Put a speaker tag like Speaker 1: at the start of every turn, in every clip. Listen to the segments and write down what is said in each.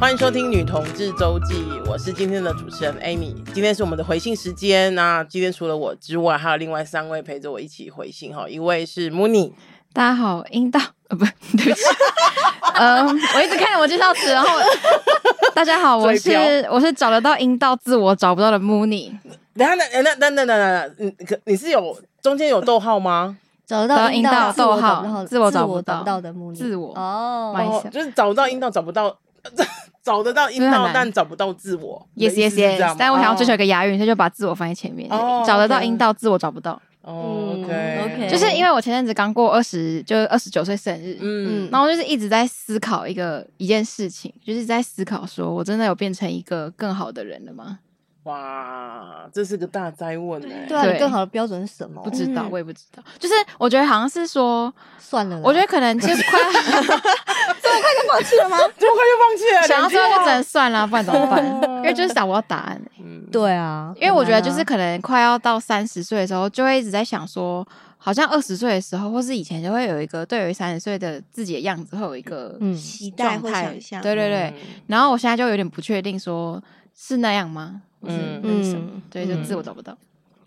Speaker 1: 欢迎收听《女同志周记》，我是今天的主持人 Amy。今天是我们的回信时间，那今天除了我之外，还有另外三位陪着我一起回信哈。一位是 Mooney，
Speaker 2: 大家好，阴道呃不， 对不起，嗯，我一直看着我介绍词，然后大家好，我
Speaker 1: 嘴
Speaker 2: 是我是找得到阴道自我找不到的 Mooney，
Speaker 1: 等一下，那那那那那那，你可你是有中间有逗号吗？
Speaker 3: 找得
Speaker 2: 找
Speaker 3: 到
Speaker 2: 到
Speaker 3: 阴
Speaker 2: 阴道
Speaker 3: 道自
Speaker 2: 逗
Speaker 3: 我找
Speaker 2: 号
Speaker 3: 不到
Speaker 2: 自我
Speaker 3: 自
Speaker 2: 找
Speaker 3: 我
Speaker 2: 不
Speaker 3: 找
Speaker 2: 到
Speaker 3: 的目的
Speaker 2: 自我
Speaker 3: 哦
Speaker 2: 不好意思
Speaker 1: 哦，就是找不到阴道，找不到 找得到阴
Speaker 2: 这很
Speaker 1: 道，
Speaker 2: 难
Speaker 1: 但找不到自我。你
Speaker 2: yes
Speaker 1: 的意
Speaker 2: yes
Speaker 1: 思是这
Speaker 2: yes，
Speaker 1: 样
Speaker 2: 但
Speaker 1: 吗
Speaker 2: 我想要追求一个押韵，所以就把自我放在前面
Speaker 1: 哦，
Speaker 2: 找得到
Speaker 1: OK
Speaker 2: 阴道自我找不到，
Speaker 1: 哦
Speaker 3: 嗯
Speaker 1: OK
Speaker 3: ，OK
Speaker 2: 就是因为我前阵子刚过二十，就是二十九岁生日，
Speaker 1: 嗯
Speaker 3: 嗯
Speaker 2: 然后就是一直在思考一个一件事情，就是在思考说我真的有变成一个更好的人了吗？
Speaker 1: 哇，这是个大灾问哎、
Speaker 3: 对啊，
Speaker 2: 对
Speaker 3: 你更好的标准是什么？
Speaker 2: 不知道，
Speaker 1: 哦
Speaker 3: 嗯
Speaker 2: 我也不知道，就是我觉得好像是说，
Speaker 3: 算了
Speaker 1: 嗯
Speaker 3: 啦，
Speaker 2: 我觉得可能就是快 要
Speaker 3: 放弃了
Speaker 1: 这
Speaker 3: 吗？
Speaker 1: 么快就放弃了，
Speaker 2: 想要
Speaker 1: 两
Speaker 2: 说
Speaker 1: 天
Speaker 2: 就
Speaker 1: 啊
Speaker 2: 只能算了，不然怎么 办？
Speaker 1: 哦
Speaker 2: 因为就是找不到答案欸、
Speaker 1: 嗯，
Speaker 3: 对啊，
Speaker 2: 因为我觉得
Speaker 3: 很
Speaker 2: 就
Speaker 3: 难啊
Speaker 2: 是可能快要到三十岁的时候，就会一直在想说，好像二十岁的时候，或是以前就会有一个对于三十岁的自己的样子会有一个
Speaker 3: 嗯
Speaker 4: 期待
Speaker 2: 状
Speaker 4: 或
Speaker 2: 态，
Speaker 4: 想象
Speaker 2: 对对对。
Speaker 1: 嗯
Speaker 2: 然后我现在就有点不确定，说是那样吗？
Speaker 1: 嗯
Speaker 2: 嗯嗯
Speaker 3: 嗯，
Speaker 2: 对，就自我找不到，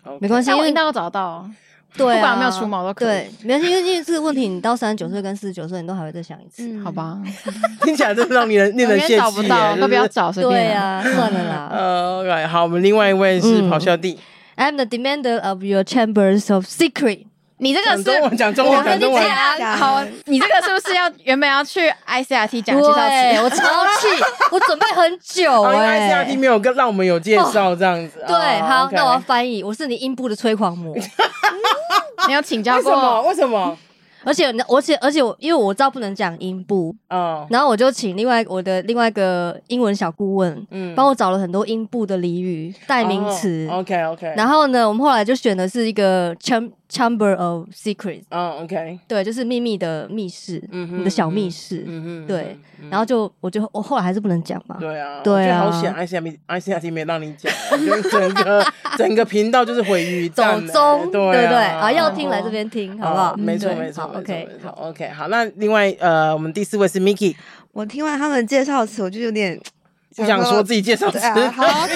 Speaker 1: 嗯，
Speaker 3: 没关系
Speaker 2: 但我
Speaker 3: 因为
Speaker 2: 应该要找到哦，
Speaker 3: 对啊，
Speaker 2: 不管有没有除毛都可以
Speaker 3: 对，没关系，因为因为这个问题，你到三十九岁跟四十九岁，你都还会再想一次。
Speaker 4: 嗯
Speaker 2: 好，吧？
Speaker 1: 系，听起来真的让你 人令
Speaker 2: 永
Speaker 1: 人泄
Speaker 2: 远找不
Speaker 1: 气
Speaker 2: 到，
Speaker 1: 耶，
Speaker 2: 都不要
Speaker 1: 就是
Speaker 2: 找，随
Speaker 3: 对
Speaker 2: 便啊。
Speaker 3: 啊，算 了啦。
Speaker 1: 呃，right，好，我们另外一位是
Speaker 3: 嗯
Speaker 1: 咆哮帝，
Speaker 3: I'm the demander of your chambers of secret。
Speaker 2: 你
Speaker 3: 嗯
Speaker 2: 这个
Speaker 1: 讲
Speaker 2: 是
Speaker 1: 中文，讲中
Speaker 2: 我
Speaker 1: 文，
Speaker 2: 跟
Speaker 1: 讲
Speaker 2: 你
Speaker 1: 中文，
Speaker 2: 讲，好，你这个是不是要原本要去 ICRT 讲介绍词
Speaker 3: 对，？我超气，我准备很 久
Speaker 2: 哦
Speaker 1: 啊因为
Speaker 3: 哎、
Speaker 1: ICRT 没有跟让我们有介绍这样子，
Speaker 3: 对，
Speaker 1: 哦
Speaker 3: 好，
Speaker 1: ，OK
Speaker 3: 那我要翻译，我是你阴部的催狂魔。
Speaker 2: 你有请教
Speaker 1: 为什么？
Speaker 2: 过？
Speaker 1: 为什么？
Speaker 3: 而且呢，而且而且我因为我知道不能讲音部，
Speaker 1: 嗯
Speaker 3: 然后我就请另外我的另外一个英文小顾问，
Speaker 1: 嗯哦
Speaker 3: 帮我找了很多音部的俚语、代名词。
Speaker 1: ，OK OK，
Speaker 3: 然后呢，我们后来就选的是一个 cham chamber of secrets，
Speaker 1: 嗯 OK，
Speaker 3: 对，就是秘密的密室，
Speaker 1: 嗯哼
Speaker 3: 你的小密室。
Speaker 1: 嗯嗯，
Speaker 3: 对
Speaker 1: 嗯，
Speaker 3: 然后就我就我后来还是不能讲嘛。
Speaker 1: 对啊，
Speaker 3: 对啊
Speaker 1: 我觉得好险，ICRT ICRT 没让你讲， 就是整 个整个频道就是毁于一
Speaker 3: 走
Speaker 1: 旦欸
Speaker 3: 中，对不
Speaker 1: 对
Speaker 3: 对？
Speaker 1: 啊，哦
Speaker 3: 啊，要听来这边听，好不好？嗯
Speaker 1: 没错
Speaker 3: 对
Speaker 1: 没错没
Speaker 3: 好
Speaker 1: 错
Speaker 3: ，OK，
Speaker 1: 没错，OK 好，那另外呃，我们第四位是 Miki，
Speaker 4: 我听完他们介绍词，我就有 点
Speaker 1: 不想说自己介绍词
Speaker 4: 对，啊，好，嗨，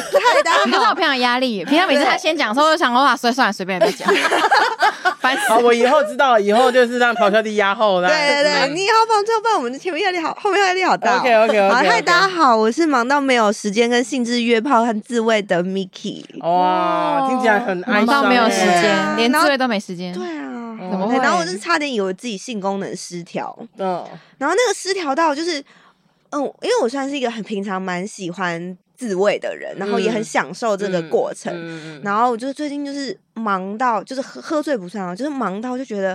Speaker 4: 大
Speaker 2: 你就
Speaker 4: 家
Speaker 2: 是我
Speaker 4: 好，
Speaker 2: 平常压力，平常每次他先讲的时候，我就想说哇，算了算了，随便再 讲，烦死
Speaker 1: 好，。我以后知道了，以后就是让咆哮帝压后啦。
Speaker 4: 对对 对，你以后放这，不然我们前面压力好，后面压力好大哦。
Speaker 1: OK，OK，OK，OK
Speaker 4: 好，嗨，大家好，我是忙到没有时间跟兴致约炮和自慰的 Miki。
Speaker 1: 哇，听起来很哀
Speaker 2: 忙
Speaker 1: 伤，欸
Speaker 2: 到没有时
Speaker 4: 对
Speaker 2: 间，
Speaker 4: 啊
Speaker 2: 连
Speaker 4: 然
Speaker 2: 自
Speaker 4: 后
Speaker 2: 慰都没时间。
Speaker 4: 对啊，
Speaker 1: 怎么
Speaker 2: 会
Speaker 4: 对然后我就差点以为自己性功能失调，
Speaker 1: 嗯
Speaker 4: 然后那个失调到就是，嗯，因为我算是一个很平常蛮喜欢自慰的人，然后也很享受这个过程，
Speaker 1: 嗯嗯嗯嗯
Speaker 4: 然后我就最近就是忙到，就是喝喝醉不算啊，就是忙到就觉得，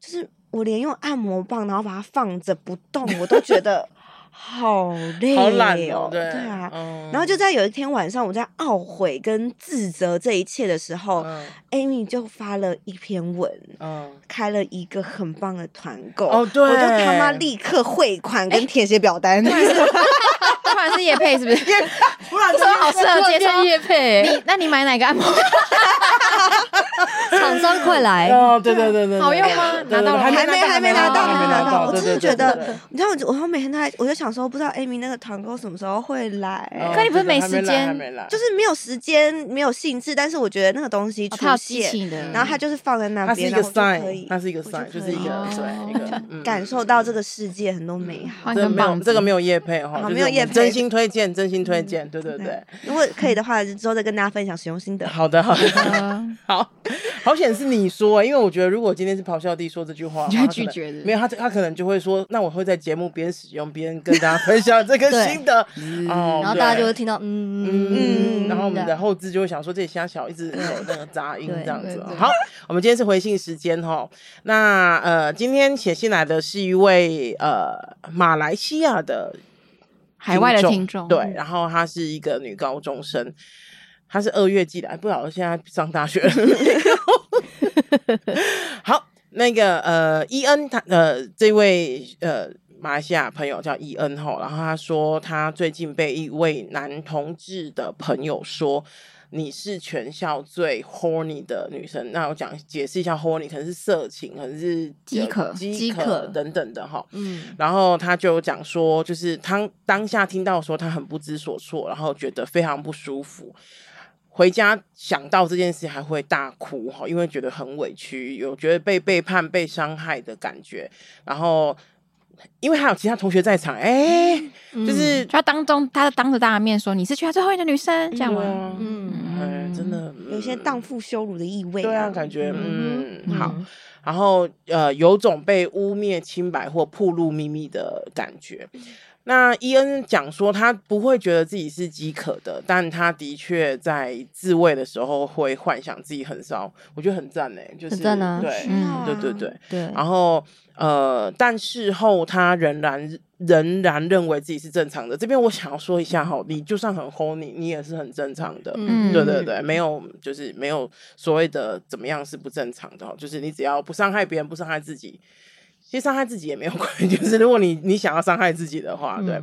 Speaker 4: 就是我连用按摩棒，然后把它放着不动，我都觉 得好累、哦，
Speaker 1: 好懒哦，
Speaker 4: 对
Speaker 1: 对
Speaker 4: 啊。
Speaker 1: 嗯
Speaker 4: 然后就在有一天晚上，我在懊悔跟自责这一切的时候、
Speaker 1: 嗯
Speaker 4: a m y 就发了一篇文，
Speaker 1: 嗯，
Speaker 4: 开了一个很棒的团购
Speaker 1: 哦对哎
Speaker 4: 我就他妈立刻汇款跟填写表单，
Speaker 2: 不然是叶配是不 是？
Speaker 1: 不然
Speaker 2: 这时候好适合接
Speaker 3: 接
Speaker 2: 受。
Speaker 3: 叶配，
Speaker 2: 你那你买哪个按 摩？
Speaker 3: 厂商快来！
Speaker 1: 哦，对对对对，对
Speaker 2: 好用吗
Speaker 1: 对对对
Speaker 2: 拿到了
Speaker 1: 哦还
Speaker 2: 吗
Speaker 1: 没
Speaker 4: 哎还没
Speaker 1: 拿
Speaker 4: 拿
Speaker 1: 到，
Speaker 4: 到
Speaker 1: 还没
Speaker 4: 还没拿到
Speaker 1: 对
Speaker 4: 我真
Speaker 1: 对对
Speaker 4: 的觉得嗯
Speaker 1: 对对
Speaker 4: 你知道我，我每天都在，我就想说，不知道 Amy 那个团购什么时候会来，
Speaker 1: 哦
Speaker 2: 可你不
Speaker 1: 对
Speaker 2: 是
Speaker 1: 对
Speaker 2: 没
Speaker 1: 还
Speaker 2: 时
Speaker 1: 来
Speaker 2: 间
Speaker 1: 还没来
Speaker 4: 就是没有时间，没有兴致，但是我觉得那个东西
Speaker 2: 哦
Speaker 4: 出
Speaker 2: 它有激
Speaker 4: 现，
Speaker 2: 情的，
Speaker 4: 然后它就是放在那
Speaker 1: 它是一
Speaker 4: 边，
Speaker 1: 个
Speaker 4: 然后我就可
Speaker 1: sign，
Speaker 4: 以
Speaker 1: 它是一个
Speaker 4: 我
Speaker 1: sign，
Speaker 4: 可
Speaker 1: 就是一
Speaker 4: 以
Speaker 2: 哦
Speaker 1: 个对一个嗯
Speaker 4: 感受到这个世界很多美好。
Speaker 2: 换
Speaker 1: 这
Speaker 2: 个
Speaker 1: 个没有
Speaker 2: 棒子，
Speaker 1: 这个没有叶配哈，
Speaker 4: 好
Speaker 1: 就是
Speaker 4: 哦没有
Speaker 1: 我们
Speaker 4: 业配嗯
Speaker 1: 真心推荐，真心推荐，对对嗯对。，
Speaker 4: 如果可以的话，之后再跟大家分享使用心得。
Speaker 1: 好的，好 的，
Speaker 2: 呃
Speaker 1: 好，好险是你说、欸因为我觉得如果今天是咆哮帝说这句话，
Speaker 2: 你就
Speaker 1: 他
Speaker 2: 会
Speaker 1: 可能
Speaker 2: 拒绝的
Speaker 1: 没有他，他可能就会说，那我会在节目边使用边跟大家分享这个
Speaker 3: 对
Speaker 1: 心得，哦，
Speaker 3: 然后大家就会
Speaker 1: 对。
Speaker 3: 听到，嗯
Speaker 1: 嗯，
Speaker 3: 嗯，
Speaker 1: 然后我们
Speaker 3: 这
Speaker 1: 的
Speaker 3: 样
Speaker 1: 后置就会想说这里虾小一直有那个杂音这样子啊
Speaker 2: 对对。对
Speaker 1: 好，我们今天是回信时间哈。那呃，今天写信来的是一位呃马来西亚的
Speaker 2: 海外的听众，
Speaker 1: 对，然后她是一个女高中生，她是二月寄来，不晓得现在上大学了没有。 好，那个呃，伊恩他呃这位呃马来西亚朋友叫伊恩吼，然后他说他最近被一位男同志的朋友说。你是全校最 horny 的女生。那我讲解释一下 horny，可能是色情，可能是
Speaker 2: 饥
Speaker 1: 呃
Speaker 2: 渴
Speaker 1: 饥
Speaker 2: 饥
Speaker 1: 渴
Speaker 2: 渴
Speaker 1: 等等的哈。
Speaker 2: 嗯，
Speaker 1: 然后他就讲说，就是他当下听到说他很不知所措，然后觉得非常不舒服。回家想到这件事还会大哭哈，因为觉得很委屈，有觉得被背叛、被伤害的感觉。然后，因为还有其他同学在场，哎、
Speaker 4: 嗯
Speaker 1: 就是
Speaker 2: 就他当中他当着大家面说你是全校最后一个女生，这样
Speaker 1: 对
Speaker 2: 吗？
Speaker 1: 啊
Speaker 4: 嗯，
Speaker 1: 哎，真的嗯
Speaker 4: 有一些荡妇羞辱的意味、
Speaker 1: 对啊，感觉嗯
Speaker 2: 嗯
Speaker 1: 好，然后呃有种被污蔑清白或暴露秘密的感觉。那伊恩讲说，他不会觉得自己是饥渴的，但他的确在自慰的时候会幻想自己很骚，我觉得很赞呢、欸就是
Speaker 3: 很赞啊
Speaker 1: 对、
Speaker 2: 嗯
Speaker 1: 对对对。
Speaker 3: 对，
Speaker 1: 然后呃，但事后他仍然仍然认为自己是正常的。这边我想要说一下哈，你就算很 horny，你你也是很正常的。
Speaker 2: 嗯
Speaker 1: 对对对，没有就是没有所谓的怎么样是不正常的哦，就是你只要不伤害别人，不伤害自己，其实伤害自己也没有关系。 就是如果你你想要伤害自己的话，对。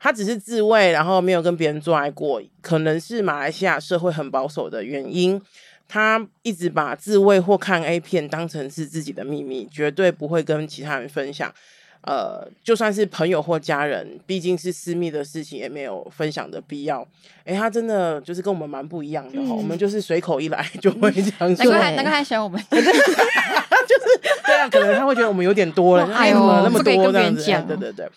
Speaker 1: 他只是自慰，然后没有跟别人做爱过，可能是马来西亚社会很保守的原因。他一直把自慰或看 A 片当成是自己的秘密，绝对不会跟其他人分享。呃，就算是朋友或家人，毕竟是私密的事情，也没有分享的必要。哎、他真的就是跟我们蛮不一样的、哦，我们就是随口一来就会讲
Speaker 2: 嗯难
Speaker 1: 说
Speaker 2: 怪，还
Speaker 3: 对
Speaker 2: 难怪还喜欢我们，
Speaker 1: 对啊，可能他会觉得我们有点多了，
Speaker 2: 哎
Speaker 1: 哎，怎么
Speaker 2: 呦
Speaker 1: 那么
Speaker 2: 不可以
Speaker 1: 多这
Speaker 2: 跟别
Speaker 1: 样
Speaker 2: 人
Speaker 1: 子？
Speaker 2: 讲
Speaker 1: 哎对对对。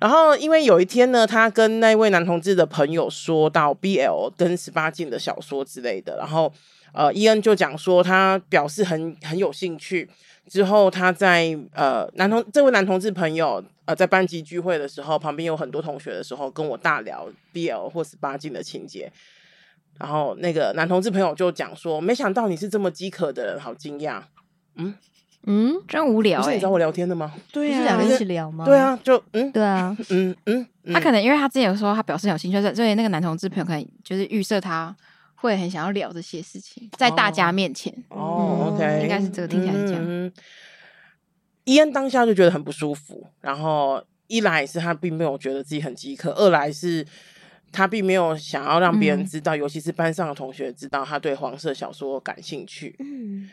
Speaker 1: 然后，因为有一天呢，他跟那位男同志的朋友说到 BL 跟十八禁的小说之类的，然后呃，伊恩就讲说他表示很很有兴趣。之后他在呃男同这位男同志朋友呃在班级聚会的时候，旁边有很多同学的时候，跟我大聊 BL 或十八禁的情节。然后那个男同志朋友就讲说，没想到你是这么饥渴的人，好惊讶。
Speaker 3: 嗯，
Speaker 2: 真无聊
Speaker 1: 不是
Speaker 2: 哎、
Speaker 1: 你找我聊天的吗？
Speaker 3: 不
Speaker 4: 对
Speaker 3: 是
Speaker 4: 啊
Speaker 3: 两，个一起聊吗？
Speaker 1: 对，啊，就嗯
Speaker 3: 对啊，
Speaker 1: 嗯嗯，
Speaker 2: 他可
Speaker 1: 能
Speaker 2: 能因为他之前有说他表示有兴趣，所以所以那个男同志朋友可能就是预设他会很想要聊这些事情，在大家面前，
Speaker 1: 哦
Speaker 4: 嗯
Speaker 1: ，OK，
Speaker 2: 应该是这个听起来是这样。
Speaker 1: 嗯嗯伊恩当下就觉得很不舒服，然后一来是他并没有觉得自己很饥渴，二来是他并没有想要让别人
Speaker 2: 嗯
Speaker 1: 知道，尤其是班上的同学知道他对黄色小说感兴趣。
Speaker 4: 嗯，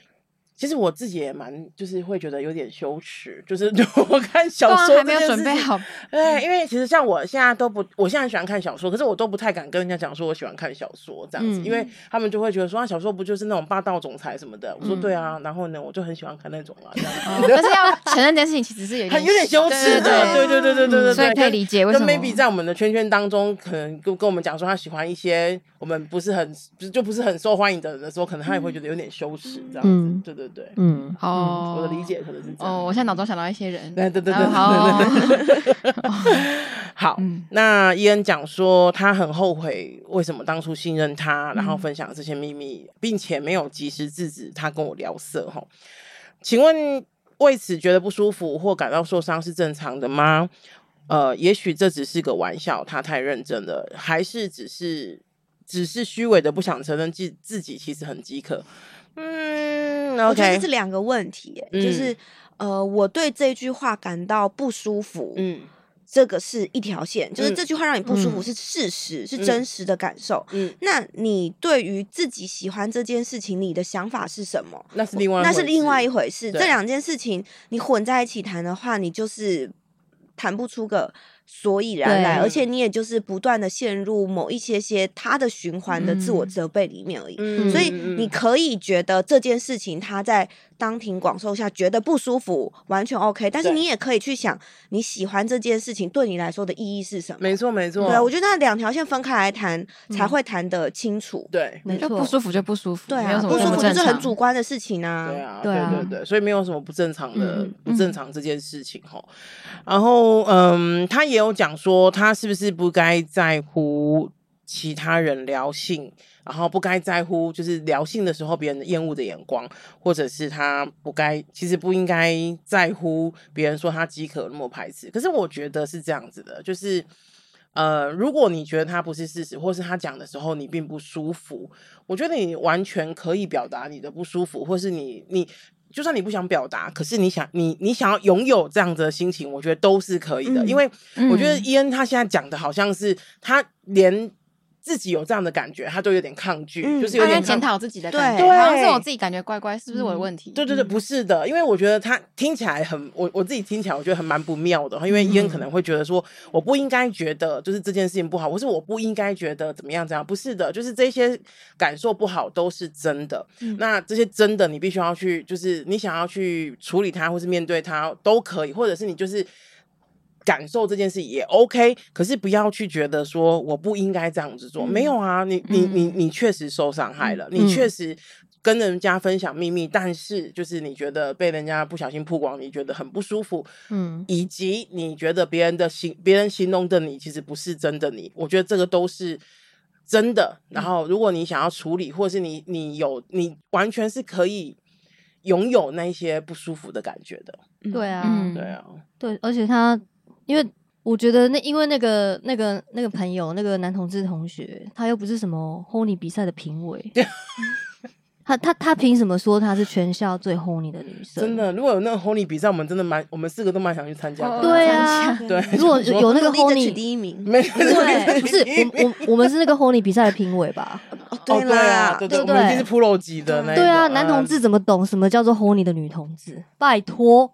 Speaker 1: 其实我自己也蛮，就是会觉得有点羞耻，就是 我看小
Speaker 2: 对啊，
Speaker 1: 说
Speaker 2: 还没有
Speaker 1: 这件
Speaker 2: 准
Speaker 1: 事
Speaker 2: 备
Speaker 1: 情
Speaker 2: 好，
Speaker 1: 对，因为其实像我现在都不，我现在很喜欢看小说，可是我都不太敢跟人家讲说我喜欢看小说这样子，
Speaker 3: 嗯
Speaker 1: 因为他们就会觉得说，啊，小说不就是那种霸道总裁什么的？我说
Speaker 2: 嗯
Speaker 1: 对啊，然后呢，我就很喜欢看那种啊，这样子
Speaker 2: 哦但是要承认这件事情其实是有
Speaker 1: 很有点羞耻的，对
Speaker 2: 对
Speaker 1: 对对
Speaker 2: 嗯
Speaker 1: 对对对，
Speaker 2: 所以可以理解为
Speaker 1: 跟
Speaker 2: 什
Speaker 1: 跟
Speaker 2: 么
Speaker 1: maybe 在我们的圈圈当中，可能跟跟我们讲说他喜欢一些我们不是很就就不是很受欢迎的人的时候，可能他也会觉得有点羞耻这样子
Speaker 3: 嗯，
Speaker 1: 对对对，
Speaker 3: 嗯，
Speaker 2: 哦，
Speaker 1: 我的理解可能是这样。
Speaker 2: 哦，我现在脑中想到一些人，哦
Speaker 1: 对对对对
Speaker 2: 然后
Speaker 1: 对对对。好，
Speaker 2: 嗯
Speaker 1: 那伊恩讲说他很后悔为什么当初信任他，
Speaker 4: 嗯
Speaker 1: 然后分享这些秘密，并且没有及时制止他跟我聊色哈。请问为此觉得不舒服或感到受伤是正常的吗？呃，也许这只是个玩笑，他太认真了，还是只是只是虚伪的不想承认自自己其实很饥渴。嗯
Speaker 4: 我觉得
Speaker 1: ，OK，
Speaker 4: 这是两个问题耶、
Speaker 1: 嗯
Speaker 4: 就是呃，我对这句话感到不舒服，
Speaker 1: 嗯
Speaker 4: 这个是一条线，就是
Speaker 1: 嗯
Speaker 4: 这句话让你不舒服
Speaker 2: 嗯
Speaker 4: 是事实，是
Speaker 1: 嗯
Speaker 4: 真实的感受。
Speaker 1: 嗯，
Speaker 4: 那你对于自己喜欢这件事情，你的想法是什么？
Speaker 1: 那是另外
Speaker 4: 那是
Speaker 1: 回
Speaker 4: 另
Speaker 1: 事
Speaker 4: 外一回事。这
Speaker 1: 对
Speaker 4: 两件事情你混在一起谈的话，你就是谈不出个所以然来，
Speaker 3: 对
Speaker 4: 而且你也就是不断的陷入某一些些他的循环的自我
Speaker 2: 嗯
Speaker 4: 责备里面而已。
Speaker 1: 嗯
Speaker 4: 所以
Speaker 1: 嗯嗯
Speaker 4: 你可以觉得这件事情他在当庭广受下觉得不舒服，完全 OK，但是
Speaker 1: 对
Speaker 4: 你也可以去想你喜欢这件事情对你来说的意义是什么。
Speaker 1: 没错没错，
Speaker 4: 对，我觉得那两条线分开来谈
Speaker 2: 嗯
Speaker 4: 才会谈得清楚。
Speaker 1: 对。
Speaker 3: 没
Speaker 2: 就
Speaker 3: 错
Speaker 2: 不，舒服就不舒服，
Speaker 4: 对
Speaker 2: 没有
Speaker 4: 啊，
Speaker 2: 什么
Speaker 4: 不
Speaker 2: 正不
Speaker 4: 舒服就
Speaker 2: 正
Speaker 4: 是很
Speaker 2: 常
Speaker 4: 主观的事情啊。
Speaker 1: 对啊，
Speaker 3: 对啊
Speaker 1: 对对对，所以没有什么不正常的、
Speaker 2: 嗯
Speaker 1: 不正常这件事情吼。然后，嗯，他也有讲说，他是不是不该在乎其他人聊性，然后不该在乎就是聊性的时候别人的厌恶的眼光，或者是他不该，其实不应该在乎别人说他饥渴那么排斥。可是我觉得是这样子的，就是。呃，如果你觉得他不是事实，或是他讲的时候你并不舒服，我觉得你完全可以表达你的不舒服，或是你你就算你不想表达，可是你想你你想要拥有这样子的心情，我觉得都是可以的。
Speaker 4: 嗯
Speaker 1: 因为我觉得
Speaker 2: 嗯
Speaker 1: 伊恩他现在讲的好像是他连自己有这样的感觉，他就有点抗拒，
Speaker 4: 嗯
Speaker 1: 就是有
Speaker 2: 他在
Speaker 1: 点
Speaker 2: 检
Speaker 1: 抗
Speaker 2: 讨自己的感觉，
Speaker 4: 对
Speaker 2: 好像是我自己感觉怪怪，是不是我的问题？
Speaker 1: 对对对，不是的，因为我觉得他听起来很，我我自己听起来我觉得很蛮不妙的，因为烟可能会觉得说，我不应该觉得就是这件事情不好，或是我不应该觉得怎么样怎么样，不是的，就是这些感受不好都是真的。那这些真的，你必须要去，就是你想要去处理它，或是面对它都可以，或者是你就是。感受这件事也 OK，可是不要去觉得说我不应该这样子做。没有啊，你你你你确实受伤
Speaker 3: 嗯
Speaker 1: 害了，你确实跟人家分享秘密，但是就是你觉得被人家不小心曝光，你觉得很不舒服，
Speaker 2: 嗯，
Speaker 1: 以及你觉得别人的形别人形容的你其实不是真的你，我觉得这个都是真的。
Speaker 3: 嗯
Speaker 1: 然后如果你想要处理，或是你你有你完全是可以拥有那一些不舒服的感觉的，
Speaker 3: 对啊，
Speaker 2: 嗯
Speaker 1: 对啊，
Speaker 3: 对，而且他因为我觉得那因为那个那个那个朋友那个男同志同学，他又不是什么 Honey 比赛的评 委，他他他凭什么说她是全校最 Honey 的女生？
Speaker 1: 真，的。如果有那个 Honey 比赛，我们真的蛮我们四个都蛮想去参加的。
Speaker 3: 对啊，
Speaker 1: 对，
Speaker 3: 如果有有那个
Speaker 4: 努力争取
Speaker 3: Honey。
Speaker 4: 第一名，
Speaker 1: 没
Speaker 3: 对，不是我们我我们是那个 Honey 比赛的评委 吧？
Speaker 4: 哦
Speaker 1: 哦，对啊，
Speaker 4: 啦，
Speaker 1: 对
Speaker 3: 对
Speaker 1: 对，我
Speaker 3: 不
Speaker 1: 们已
Speaker 3: 对
Speaker 1: 经是 Pro 级的那一
Speaker 3: 对啊，
Speaker 1: 种嗯
Speaker 3: 男同。志怎么懂什么叫做 Honey 的女同志？拜托，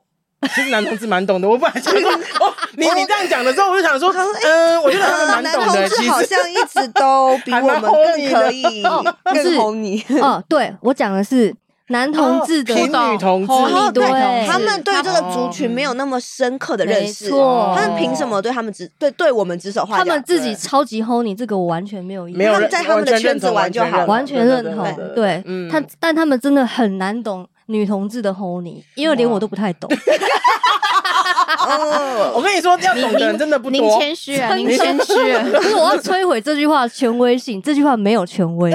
Speaker 1: 其实男同志蛮懂的，我本来就 哦，你你这样讲的时候，我就想说，嗯，我觉得他们 蛮
Speaker 4: 啊男
Speaker 1: 懂的。
Speaker 4: 同
Speaker 1: 其
Speaker 4: 志好
Speaker 1: 实，
Speaker 4: 像一直都 比
Speaker 1: 还
Speaker 4: 我
Speaker 1: 蛮
Speaker 4: 们更
Speaker 1: homey
Speaker 4: 可
Speaker 1: 的 哦
Speaker 4: 以，
Speaker 3: 不
Speaker 4: 更
Speaker 3: 是
Speaker 4: 红你。
Speaker 3: 哦，对我讲的是男同志的
Speaker 1: 哦平女同志
Speaker 3: 红
Speaker 4: 然
Speaker 2: 哦
Speaker 4: 后
Speaker 3: 利
Speaker 4: 对
Speaker 3: 呃对
Speaker 4: 他们对这个族群
Speaker 1: 哦
Speaker 4: 没有那么深刻的认识，
Speaker 3: 没错
Speaker 4: 他们凭什么对他们指对对我们指手画脚？
Speaker 3: 他们自己
Speaker 1: 对
Speaker 3: 超级 honey，这个我完全没有意见，
Speaker 1: 没有
Speaker 4: 他们
Speaker 1: 人
Speaker 4: 在他们的
Speaker 1: 完全认
Speaker 4: 圈子
Speaker 1: 同
Speaker 4: 玩就好
Speaker 3: 完全认同。
Speaker 1: 对
Speaker 3: 对，
Speaker 1: 嗯
Speaker 3: 他但他们真的很难懂女同志的 honey，因为连我都不 太懂。
Speaker 1: 我
Speaker 4: 哦，
Speaker 1: 跟你说，要懂的人真的不
Speaker 2: 您
Speaker 1: 多。
Speaker 2: 谦虚啊，您
Speaker 3: 真的
Speaker 2: 谦虚啊。
Speaker 3: 可是我要摧毁这句话的权威性，这句话没有权 威，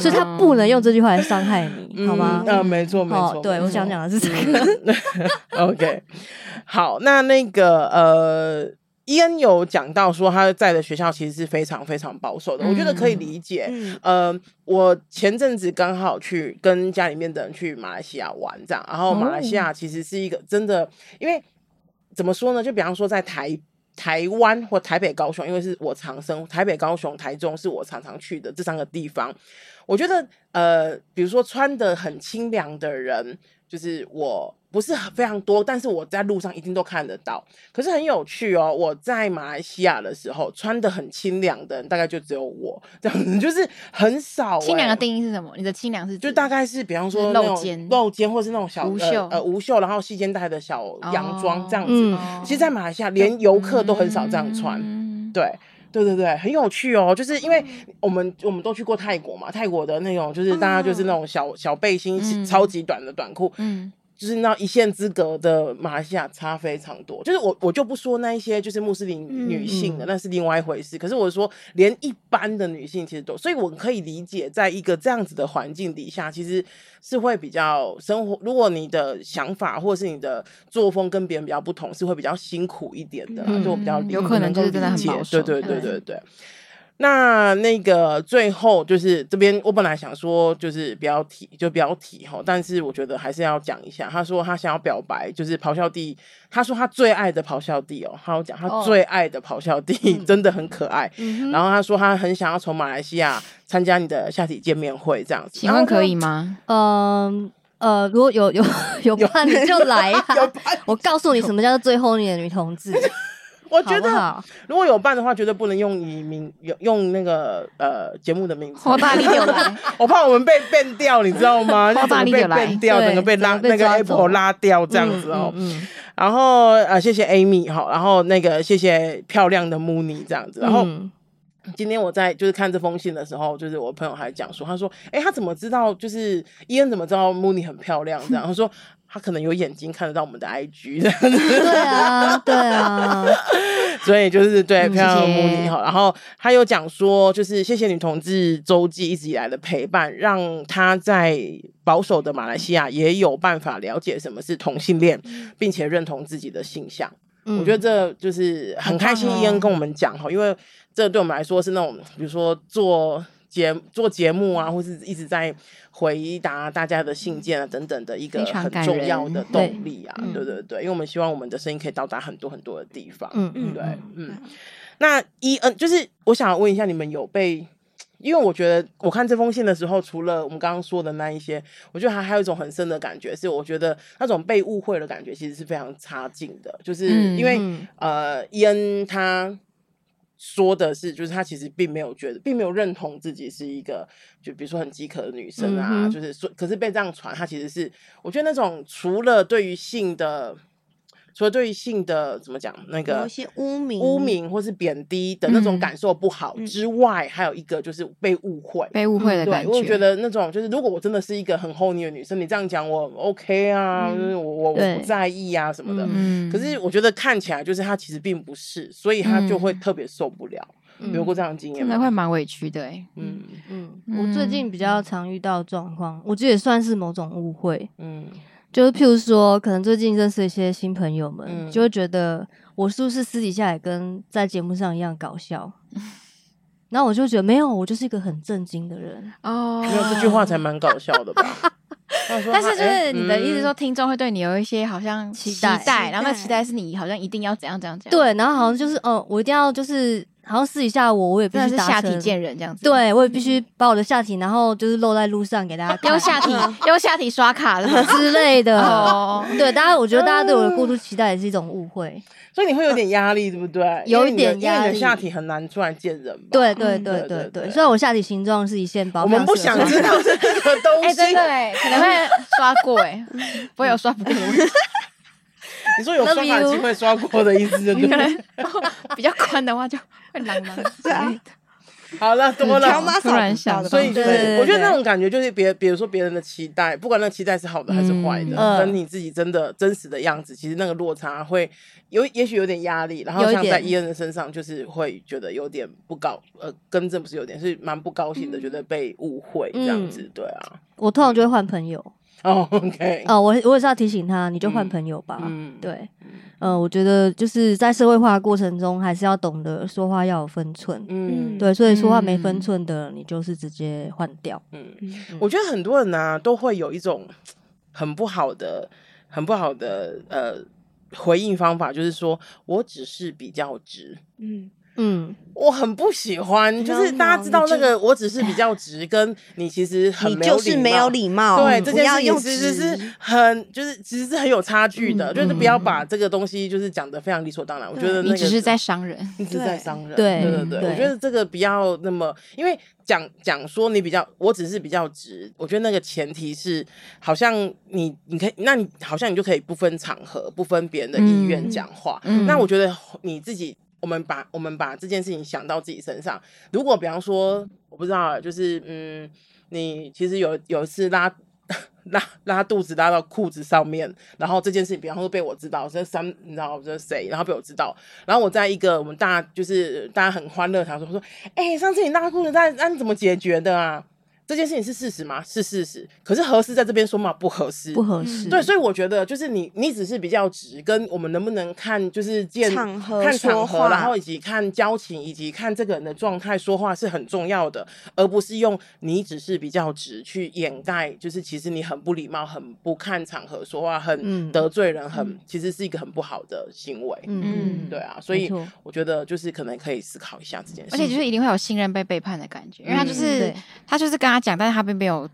Speaker 3: 所以他不能用这句话来伤害你，
Speaker 1: 嗯
Speaker 3: 好吗？
Speaker 1: 嗯，没错，没
Speaker 3: 哦
Speaker 1: 错。，
Speaker 3: 对我
Speaker 1: 没错嗯
Speaker 3: 想讲的是这个，
Speaker 1: OK，好，那那个呃，伊恩有讲到说他在的学校其实是非常非常保守的，我觉得可以理解。
Speaker 4: 嗯
Speaker 1: 呃，我前阵子刚好去跟家里面的人去马来西亚玩，这样，然后马来西亚其实是一个真的，因为怎么说呢？就比方说在台。台湾或台北、高雄，因为是我常生，台北、高雄、台中是我常常去的这三个地方。我觉得，呃，比如说穿的很清凉的人，就是我不是很非常多，但是我在路上一定都看得到。可是很有趣哦，我在马来西亚的时候，穿的很清凉的人大概就只有我这样子，就是很少、欸。
Speaker 2: 清凉的定义是什么？你的清凉是
Speaker 1: 就
Speaker 2: 指
Speaker 1: 大概是比方说
Speaker 2: 露
Speaker 1: 那种
Speaker 2: 肩
Speaker 1: 露肩，或是那种小
Speaker 2: 无
Speaker 1: 呃
Speaker 2: 袖
Speaker 1: 呃无袖，然后细肩带的小洋装这样子。
Speaker 3: 嗯
Speaker 2: 哦
Speaker 1: 其实，在马来西亚，连游客都很少这样穿。
Speaker 2: 嗯
Speaker 1: 对。对对对，很有趣哦，就是因为我们我们都去过泰国嘛，泰国的那种就是大家就是那种小小背心、
Speaker 2: 嗯
Speaker 1: 超级短的短裤，
Speaker 2: 嗯，
Speaker 1: 就是那一线之隔的马来西亚差非常多。就是我我就不说那一些就是穆斯林
Speaker 2: 嗯
Speaker 1: 女性的，那是另外一回事。可是我说，连一般的女性其实都，所以我可以理解，在一个这样子的环境底下，其实是会比较生活。如果你的想法或是你的作风跟别人比较不同，是会比较辛苦一点的啦。
Speaker 3: 嗯
Speaker 1: 就我比较理
Speaker 2: 有可能就是真的很
Speaker 1: 理解
Speaker 2: 保守
Speaker 1: 对对对
Speaker 2: 对
Speaker 1: 对对。那那个最后就是这边，我本来想说就是不要提，就不要提哈，但是我觉得还是要讲一下。他说他想要表白，就是咆哮帝，他说他最爱的咆哮帝哦，他有讲他
Speaker 2: 哦嗯
Speaker 1: 最爱的咆哮帝、真的很可爱。然后他说他很想要从马来西亚参加你的下体见面会这样子，
Speaker 2: 请问可以 吗？
Speaker 3: 嗯呃，如果有有有伴你就来啊
Speaker 1: 有伴
Speaker 3: 我告诉你什么叫做最后你的女同志，
Speaker 1: 我觉
Speaker 3: 好不
Speaker 1: 得
Speaker 3: 好？
Speaker 1: 如果有伴的话，绝对不能用你名用用那个呃节目的名字。
Speaker 2: 我把你扭来，
Speaker 1: 我怕我们被变掉，你知道吗？就整
Speaker 2: 把
Speaker 1: 个
Speaker 2: 你
Speaker 1: 被
Speaker 2: 扭来
Speaker 1: 变掉，
Speaker 3: 对
Speaker 1: 整个被拉
Speaker 3: 整个被
Speaker 1: 那个
Speaker 3: 抓走
Speaker 1: Apple 拉掉这样
Speaker 3: 嗯
Speaker 1: 子哦。然后呃，谢谢 Amy 哈，然后那个谢谢漂亮的 Mooney 这样子。然后
Speaker 3: 嗯
Speaker 1: 今天我在就是看这封信的时候，就是我朋友还讲说，他说，哎、他怎么知道？就是伊恩怎么知道 Mooney 很漂亮？这样，他说他可能有眼睛看得到我们的 IG 这样子。
Speaker 3: 对啊，对啊，
Speaker 1: 所以就是对
Speaker 2: 嗯
Speaker 1: 漂亮的
Speaker 2: 谢
Speaker 1: 穆
Speaker 2: 谢
Speaker 1: 尼哈，然后他有讲说，就是谢谢女同志周记一直以来的陪伴，让他在保守的马来西亚也有办法了解什么是同性恋，
Speaker 2: 嗯
Speaker 1: 并且认同自己的性向。
Speaker 3: 嗯
Speaker 1: 我觉得这就是很开心，
Speaker 2: 很棒哦
Speaker 1: 伊恩跟我们讲哈，因为这对我们来说是那种，比如说做节做节目啊，或是一直在回答大家的信件啊等等的一个
Speaker 2: 非常
Speaker 1: 很
Speaker 2: 感
Speaker 1: 重
Speaker 2: 人
Speaker 1: 要的
Speaker 3: 对
Speaker 1: 动力啊，
Speaker 3: 嗯
Speaker 1: 对对对，因为我们希望我们的声音可以到达很多很多的地方，
Speaker 3: 嗯
Speaker 1: 呃
Speaker 3: 嗯
Speaker 1: 对，嗯。那伊恩就是我想要问一下，你们有被因为我觉得我看这封信的时候，除了我们刚刚说的那一些，我觉得还还有一种很深的感觉，是我觉得那种被误会的感觉其实是非常差劲的，就是
Speaker 2: 嗯
Speaker 1: 因为、
Speaker 3: 嗯
Speaker 1: 呃，伊恩他。说的是，就是他其实并没有觉得，并没有认同自己是一个，就比如说很饥渴的女生啊，
Speaker 3: 嗯哼
Speaker 1: 就是说，可是被这样传，他其实是，我觉得那种除了对于性的，除了对于性的怎么讲，那个
Speaker 4: 有一些污名，
Speaker 1: 污，名或是贬低的那种感受不好
Speaker 4: 嗯
Speaker 1: 之外，还有一个就是被误会。
Speaker 2: 被误会的感
Speaker 1: 嗯对，我觉
Speaker 2: 觉。
Speaker 1: 得那种就是，如果我真的是一个很厚腻的女生，你这样讲我 OK 啊，
Speaker 4: 嗯
Speaker 1: 就是我我我
Speaker 3: 对
Speaker 1: 不在意啊什么的。
Speaker 2: 嗯
Speaker 1: 可是我觉得看起来就是她其实并不是，所以她就会
Speaker 2: 嗯
Speaker 1: 特别受不了。
Speaker 3: 嗯
Speaker 1: 有过这样的经验
Speaker 2: 真的
Speaker 1: 吗？
Speaker 2: 会蛮委屈的哎。
Speaker 1: 嗯
Speaker 3: 嗯，
Speaker 2: 嗯
Speaker 3: 我最近比较常遇到的状况，我觉得也算是某种误会，
Speaker 1: 嗯
Speaker 3: 就是譬如说，可能最近认识一些新朋友们，
Speaker 1: 嗯
Speaker 3: 就会觉得我是不是私底下也跟在节目上一样搞笑？然后我就觉得没有，我就是一个很正经的人。
Speaker 2: 哦，
Speaker 1: 没有这句话才蛮搞笑的吧？她说
Speaker 2: 但是
Speaker 1: 她
Speaker 2: 就是
Speaker 1: 哎
Speaker 2: 你的意思
Speaker 1: 嗯
Speaker 2: 说，听众会对你有一些好像
Speaker 3: 期
Speaker 2: 待，
Speaker 3: 待
Speaker 2: 然后那
Speaker 4: 期待
Speaker 2: 期待是你好像一定要怎样怎样怎样，，
Speaker 3: 对，然后好像就是哦，我一定要就是好像私底下我我也必
Speaker 2: 真的
Speaker 3: 须
Speaker 2: 是
Speaker 3: 达
Speaker 2: 下
Speaker 3: 成
Speaker 2: 体见人这样子，，
Speaker 3: 对我也必须把我的下体，然后就是露在路上给大家看
Speaker 2: 用下 体用下体刷卡的
Speaker 3: 之类的。
Speaker 2: 哦，
Speaker 3: 对，大家我觉得大家对我的过度期待也是一种误会。
Speaker 1: 所以你会有点压力，对不对？
Speaker 3: 有
Speaker 1: 因为你的
Speaker 3: 一点压力
Speaker 1: 因为你的下体很难出来见人吧？
Speaker 3: 对对
Speaker 1: 嗯
Speaker 3: 对
Speaker 1: 对
Speaker 3: 对对，
Speaker 1: 对
Speaker 3: 虽然我下体形状是一线包，
Speaker 1: 我们不想知道这个东
Speaker 2: 哎，
Speaker 1: 西。
Speaker 2: 真的哎，可能 会刷过哎，不会有刷不过的问题，
Speaker 1: 你说有
Speaker 3: Love
Speaker 1: 刷卡
Speaker 3: you
Speaker 1: 机会刷过的意思，对不
Speaker 2: 可
Speaker 1: 对？
Speaker 2: 能比较宽的话就会朗朗之
Speaker 4: 对啊
Speaker 2: 类的，
Speaker 1: 好了，多
Speaker 4: 条
Speaker 1: 了。
Speaker 4: 码
Speaker 2: 突然想
Speaker 4: 扫不
Speaker 1: 所
Speaker 4: 到的吧，
Speaker 1: 以就
Speaker 3: 对对
Speaker 1: 是
Speaker 3: 对，
Speaker 1: 我觉得那种感觉就是别，比如说别人的期待，不管那期待是好的还是坏的，
Speaker 3: 嗯
Speaker 1: 跟你自己真的真实的样子，其实那个落差会有，也许有点压力。然后
Speaker 3: 有一
Speaker 1: 像在
Speaker 3: 点
Speaker 1: 伊恩的身上，就是会觉得有点不高，呃，跟正不是有点，是蛮不高兴的，觉
Speaker 3: 嗯
Speaker 1: 得被误会这样子，对啊。
Speaker 3: 我通常就会换朋友。
Speaker 1: 哦，OK，
Speaker 3: 哦，我我也是要提醒他，你就换朋友吧。
Speaker 1: 嗯，
Speaker 3: 对，呃，我觉得就是在社会化的过程中，还是要懂得说话要有分寸。
Speaker 1: 嗯，
Speaker 4: 嗯
Speaker 3: 对，所以说话没分
Speaker 2: 嗯
Speaker 3: 寸的，你就是直接换掉。
Speaker 1: 嗯
Speaker 4: 嗯，
Speaker 1: 我觉得很多人啊都会有一种很不好的、很不好的呃回应方法，就是说我只是比较直，
Speaker 4: 嗯，
Speaker 3: 嗯，
Speaker 1: 我很不喜欢，就
Speaker 4: 没
Speaker 1: 是
Speaker 4: 有
Speaker 1: 大家知道
Speaker 4: 你
Speaker 1: 那
Speaker 4: 就
Speaker 1: 个我只是比较直，跟你其实很
Speaker 4: 你
Speaker 1: 没有
Speaker 4: 就是没有
Speaker 1: 礼
Speaker 4: 礼貌，
Speaker 1: 貌。对
Speaker 4: 嗯
Speaker 1: 这
Speaker 4: 不
Speaker 1: 件
Speaker 4: 要
Speaker 1: 事情
Speaker 4: 用
Speaker 1: 其实是
Speaker 4: 直，
Speaker 1: 很，就是其实是很有差距的，
Speaker 3: 嗯
Speaker 1: 就是
Speaker 2: 嗯
Speaker 1: 不要把这个东西就是讲的非常理所当然。我觉得那
Speaker 4: 对
Speaker 2: 你
Speaker 1: 个
Speaker 2: 只是在伤人，
Speaker 1: 一直在
Speaker 4: 对
Speaker 1: 伤人。
Speaker 3: 对
Speaker 1: 对对
Speaker 3: 嗯
Speaker 1: 对，我
Speaker 3: 对
Speaker 1: 觉得这个不要那么，因为讲讲说你比较，我只是比较直，我觉得那个前提是，好像你你可以，那你好像你就可以不分场合、不分别人的意愿
Speaker 2: 嗯
Speaker 1: 讲话。
Speaker 2: 嗯
Speaker 1: 那我觉得你自己。我们把我们把这件事情想到自己身上。如果比方说，我不知道，就是嗯，你其实有有一次拉 拉拉肚子拉到裤子上面，然后这件事情，比方说被我知道，这三你知道这谁，然后被我知道，然后我在一个我们大就是大家很欢乐的场所，我说，哎、上次你拉裤子，那那你怎么解决的啊？这件事情是事实吗？是事实，可是合适在这边说嘛，不合适，
Speaker 3: 不合适。
Speaker 1: 对，所以我觉得就是你，你只是比较直，跟我们能不能看就是见
Speaker 4: 场合
Speaker 1: 看场
Speaker 4: 说
Speaker 1: 合，
Speaker 4: 话
Speaker 1: 然后以及看交情，以及看这个人的状态说话是很重要的，而不是用你只是比较直去掩盖，就是其实你很不礼貌，很不看场合说话，很
Speaker 3: 嗯
Speaker 1: 得罪人，很其实是一个很不好的行为。
Speaker 2: 嗯
Speaker 1: 对啊，所以
Speaker 3: 没错
Speaker 1: 我觉得就是可能可以思考一下这件事。
Speaker 2: 而且就是一定会有信任被背叛的感觉，因为他就
Speaker 1: 嗯
Speaker 2: 是
Speaker 3: 对
Speaker 2: 他就是跟他讲，但是他并没有。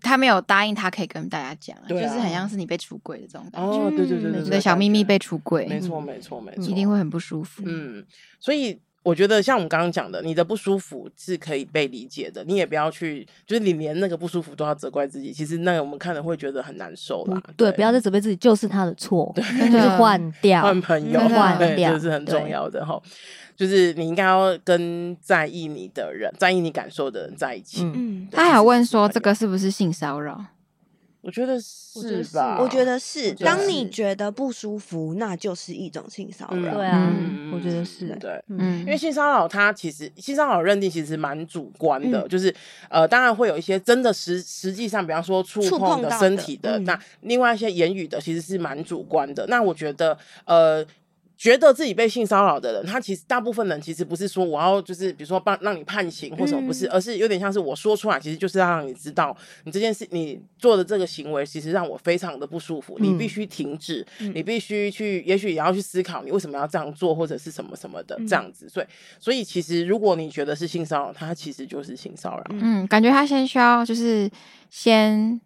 Speaker 2: 他没有答应，他可以跟大家讲，就
Speaker 1: 对啊
Speaker 2: 是很像是你被出轨的这种感觉。
Speaker 1: 哦，对对对对
Speaker 3: 嗯
Speaker 2: 你
Speaker 1: 对，
Speaker 2: 的小秘密被出
Speaker 1: 没
Speaker 2: 轨，
Speaker 1: 错没错没错，
Speaker 2: 你一定会很不舒服。
Speaker 1: 嗯，所以我觉得像我们刚刚讲的，你的不舒服是可以被理解的，你也不要去，就是你连那个不舒服都要责怪自己。其实那个我们看了会觉得很难受啦
Speaker 3: 不。嗯对，不要再责备自己就是他的错，
Speaker 2: 真
Speaker 3: 就是
Speaker 2: 的
Speaker 3: 换 掉。
Speaker 1: 换朋友，
Speaker 2: 真的
Speaker 1: 对，
Speaker 3: 换
Speaker 1: 这是很
Speaker 3: 掉
Speaker 1: 重
Speaker 3: 对
Speaker 1: 要的哈。就是你应该要跟在意你的人、在意你感受的人在一起。
Speaker 3: 嗯，
Speaker 4: 嗯，
Speaker 2: 他还有问说这个是不是性骚扰？
Speaker 1: 我觉得
Speaker 3: 觉得
Speaker 1: 是
Speaker 3: 是
Speaker 1: 吧？
Speaker 4: 我觉得是，
Speaker 1: 觉得
Speaker 4: 当你
Speaker 3: 是
Speaker 4: 觉得不舒服，那就是一种性骚
Speaker 1: 嗯，
Speaker 4: 扰。
Speaker 3: 对啊
Speaker 1: 嗯
Speaker 3: 我觉得是
Speaker 1: 对。
Speaker 2: 嗯，
Speaker 1: 因为性骚扰它其实性骚扰认定其实蛮主观的，
Speaker 4: 嗯
Speaker 1: 就是呃，当然会有一些真的实实际上，比方说触
Speaker 4: 触
Speaker 1: 碰
Speaker 4: 碰
Speaker 1: 的
Speaker 4: 到
Speaker 1: 身
Speaker 4: 的
Speaker 1: 体的，
Speaker 4: 嗯
Speaker 1: 那另外一些言语的其实是蛮主观的。那我觉得呃。觉得自己被性骚扰的人，他其实大部分人其实不是说我要就是比如说帮让你判刑或什么，不是，
Speaker 4: 嗯
Speaker 1: 而是有点像是我说出来，其实就是要让你知道你这件事你做的这个行为，其实让我非常的不舒服，你必
Speaker 3: 嗯
Speaker 1: 须停止，
Speaker 4: 嗯
Speaker 1: 你必须去，也许也要去思考你为什么要这样做或者是什么什么的这
Speaker 4: 嗯
Speaker 1: 样子。所以，所以其实如果你觉得是性骚扰，它其实就是性骚扰。
Speaker 2: 嗯，感觉他先需要就是先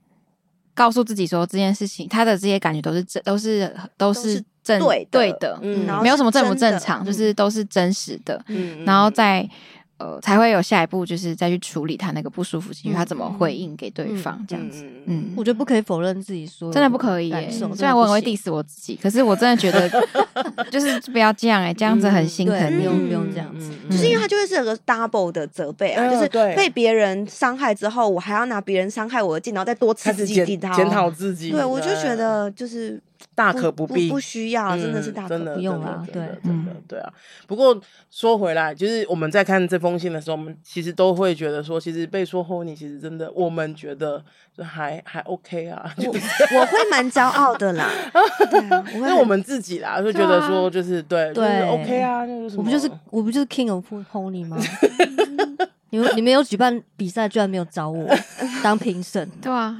Speaker 2: 告诉自己说这件事情，他的这些感觉都是正，都是都
Speaker 4: 是
Speaker 2: 是正
Speaker 4: 对的
Speaker 2: 对的，
Speaker 1: 嗯然后
Speaker 2: 没有
Speaker 4: 是
Speaker 2: 什么正不
Speaker 4: 真的
Speaker 2: 正常，就
Speaker 4: 嗯
Speaker 2: 是都是真实的，
Speaker 1: 嗯
Speaker 2: 然后
Speaker 1: 嗯
Speaker 2: 再呃才会有下一步，就是再去处理他那个不舒服情绪，他怎么回应给对
Speaker 3: 嗯
Speaker 2: 方这样子，
Speaker 1: 嗯嗯
Speaker 2: 嗯
Speaker 3: 我。觉得不可以否认自己说，
Speaker 2: 真的不可以、耶
Speaker 3: 感受
Speaker 2: 虽然我很会
Speaker 3: 第
Speaker 2: diss 我自己，可是我真的觉得 就是不要这样哎、这样子很心疼
Speaker 3: 对，不
Speaker 2: 你。
Speaker 3: 用
Speaker 4: 嗯
Speaker 3: 不用这样子，
Speaker 1: 嗯
Speaker 4: 就是因为
Speaker 2: 嗯
Speaker 4: 他就会是有个 double 的责备啊，
Speaker 1: 嗯
Speaker 4: 就是
Speaker 1: 对
Speaker 4: 被别人伤害之后，我还要拿别人伤害我的劲，然后再多刺
Speaker 1: 开
Speaker 4: 自
Speaker 1: 始
Speaker 4: 己
Speaker 1: 检
Speaker 4: 一刀。
Speaker 1: 检讨自己，
Speaker 4: 对，我就觉得就是
Speaker 1: 大
Speaker 4: 不
Speaker 1: 可
Speaker 4: 不
Speaker 1: 必，
Speaker 4: 不需要，真的是
Speaker 1: 嗯
Speaker 4: 大可
Speaker 1: 真
Speaker 4: 不
Speaker 1: 的
Speaker 4: 必
Speaker 3: 不用
Speaker 1: 啦
Speaker 3: 啦，
Speaker 1: 真的
Speaker 3: 对
Speaker 1: 真的
Speaker 2: 嗯
Speaker 1: 对啊。不过说回来，就是我们在看这封信的时候，我们其实都会觉得说，其实被说 honey，其实真的我们觉得就还还 OK 啊， 就
Speaker 4: 我会蛮骄傲的 啦，对啊，我会
Speaker 1: 是我
Speaker 4: 很
Speaker 1: 们自己啦，就觉得说就是对，就是
Speaker 3: 对
Speaker 1: OK 啊，就是什
Speaker 3: 我
Speaker 1: 么
Speaker 3: 不就是我不就是 King of Pony 吗？你们你们有举办比赛，居然没有找我当评审，
Speaker 2: 对啊，。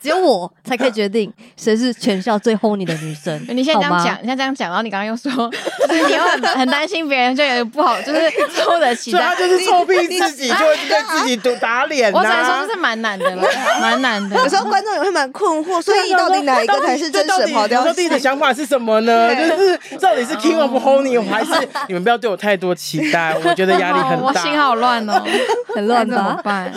Speaker 3: 只有我才可以决定谁是全校最 Pony 的女生
Speaker 2: 你现在这样
Speaker 3: 好吗
Speaker 2: 讲，，你现在这样讲，然后你刚刚又说，就是你又很很担心别人，就有点不好，就是错的期
Speaker 1: 所以他
Speaker 2: 待。
Speaker 1: 就是臭屁自己，就会对自己打打脸啊呐。
Speaker 2: 我只能说这是蛮难的了，蛮难的。
Speaker 4: 有时候观众也会蛮困惑，所以
Speaker 1: 对啊
Speaker 4: 到底哪一个才是
Speaker 1: 这
Speaker 4: 真
Speaker 1: 到
Speaker 4: 实
Speaker 1: 底
Speaker 4: 跑
Speaker 1: 我
Speaker 4: 掉
Speaker 1: 说自己的想法是什么呢？就是到底是 King of Honey，还是你们不要对我太多期待，我觉得压力很
Speaker 2: 我
Speaker 1: 大。
Speaker 2: 心好乱 哦，
Speaker 3: 很乱
Speaker 2: 该怎么
Speaker 3: 吧？
Speaker 2: 办？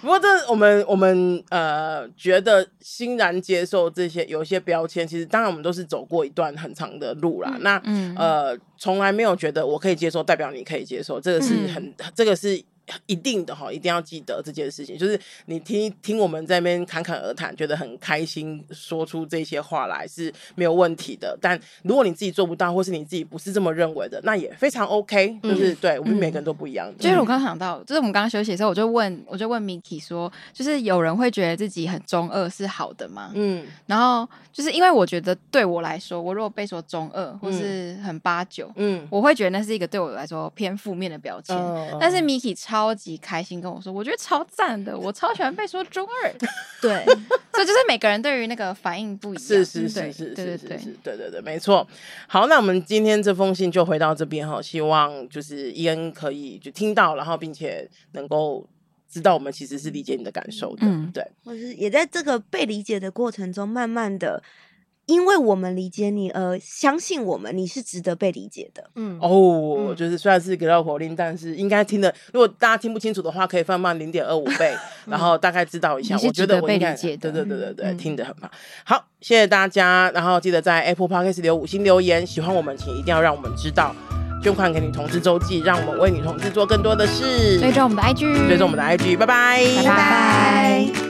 Speaker 1: 不过这我们我们呃觉得欣然接受这些有一些标签，其实当然我们都是走过一段很长的路啦。那、
Speaker 2: 嗯
Speaker 1: 呃从来没有觉得我可以接受，代表你可以接受，这个是很、这个是。一定的哈，一定要记得这件事情，就是你听听我们在那边侃侃而谈，觉得很开心，说出这些话来是没有问题的。但如果你自己做不到，或是你自己不是这么认为的，那也非常 OK，就是、对我们每个人都不一样的。
Speaker 2: 就是我刚想到，就是我们刚刚休息的时候，我就问，我就问 Miki 说，就是有人会觉得自己很中二是好的吗？
Speaker 1: 嗯
Speaker 2: 然后就是因为我觉得对我来说，我如果被说中二或是很八九，
Speaker 1: 嗯，
Speaker 2: 我会觉得那是一个对我来说偏负面的标签。
Speaker 1: 嗯
Speaker 2: 但是 Miki 超级开心跟我说，我觉得超赞的， 我超喜欢被说中二，
Speaker 3: 对，
Speaker 2: 所以就是每个人对于那个反应不一样。
Speaker 1: 是是是
Speaker 2: 对
Speaker 1: 是
Speaker 2: 对
Speaker 1: 是是
Speaker 2: 对对
Speaker 1: 是，对对对，没错。好，那我们今天这封信就回到这边哈，希望就是伊恩可以就听到，然后并且能够知道我们其实是理解你的感受的，
Speaker 2: 嗯
Speaker 1: 对，
Speaker 4: 我是也在这个被理解的过程中，慢慢的，因为我们理解你而相信我们，你是值得被理解的。
Speaker 3: 嗯，
Speaker 1: 哦，
Speaker 3: 嗯
Speaker 1: 就是虽然是给到口令，但是应该听的，如果大家听不清楚的话，可以放慢零点二五倍， 然后大概知道一下。
Speaker 2: 嗯你是
Speaker 1: 我觉
Speaker 2: 值
Speaker 1: 得
Speaker 2: 得
Speaker 1: 我
Speaker 2: 被
Speaker 1: 应该
Speaker 2: 理解的
Speaker 1: 对对对对对，
Speaker 2: 嗯
Speaker 1: 听得很棒。好，谢谢大家，然后记得在 Apple Podcast 留五星留言，喜欢我们请一定要让我们知道，捐款给女同志周记，让我们为女同志做更多的事。
Speaker 2: 追踪我们的 IG，
Speaker 1: 追踪我们的 IG，拜拜，
Speaker 2: 拜拜
Speaker 4: 拜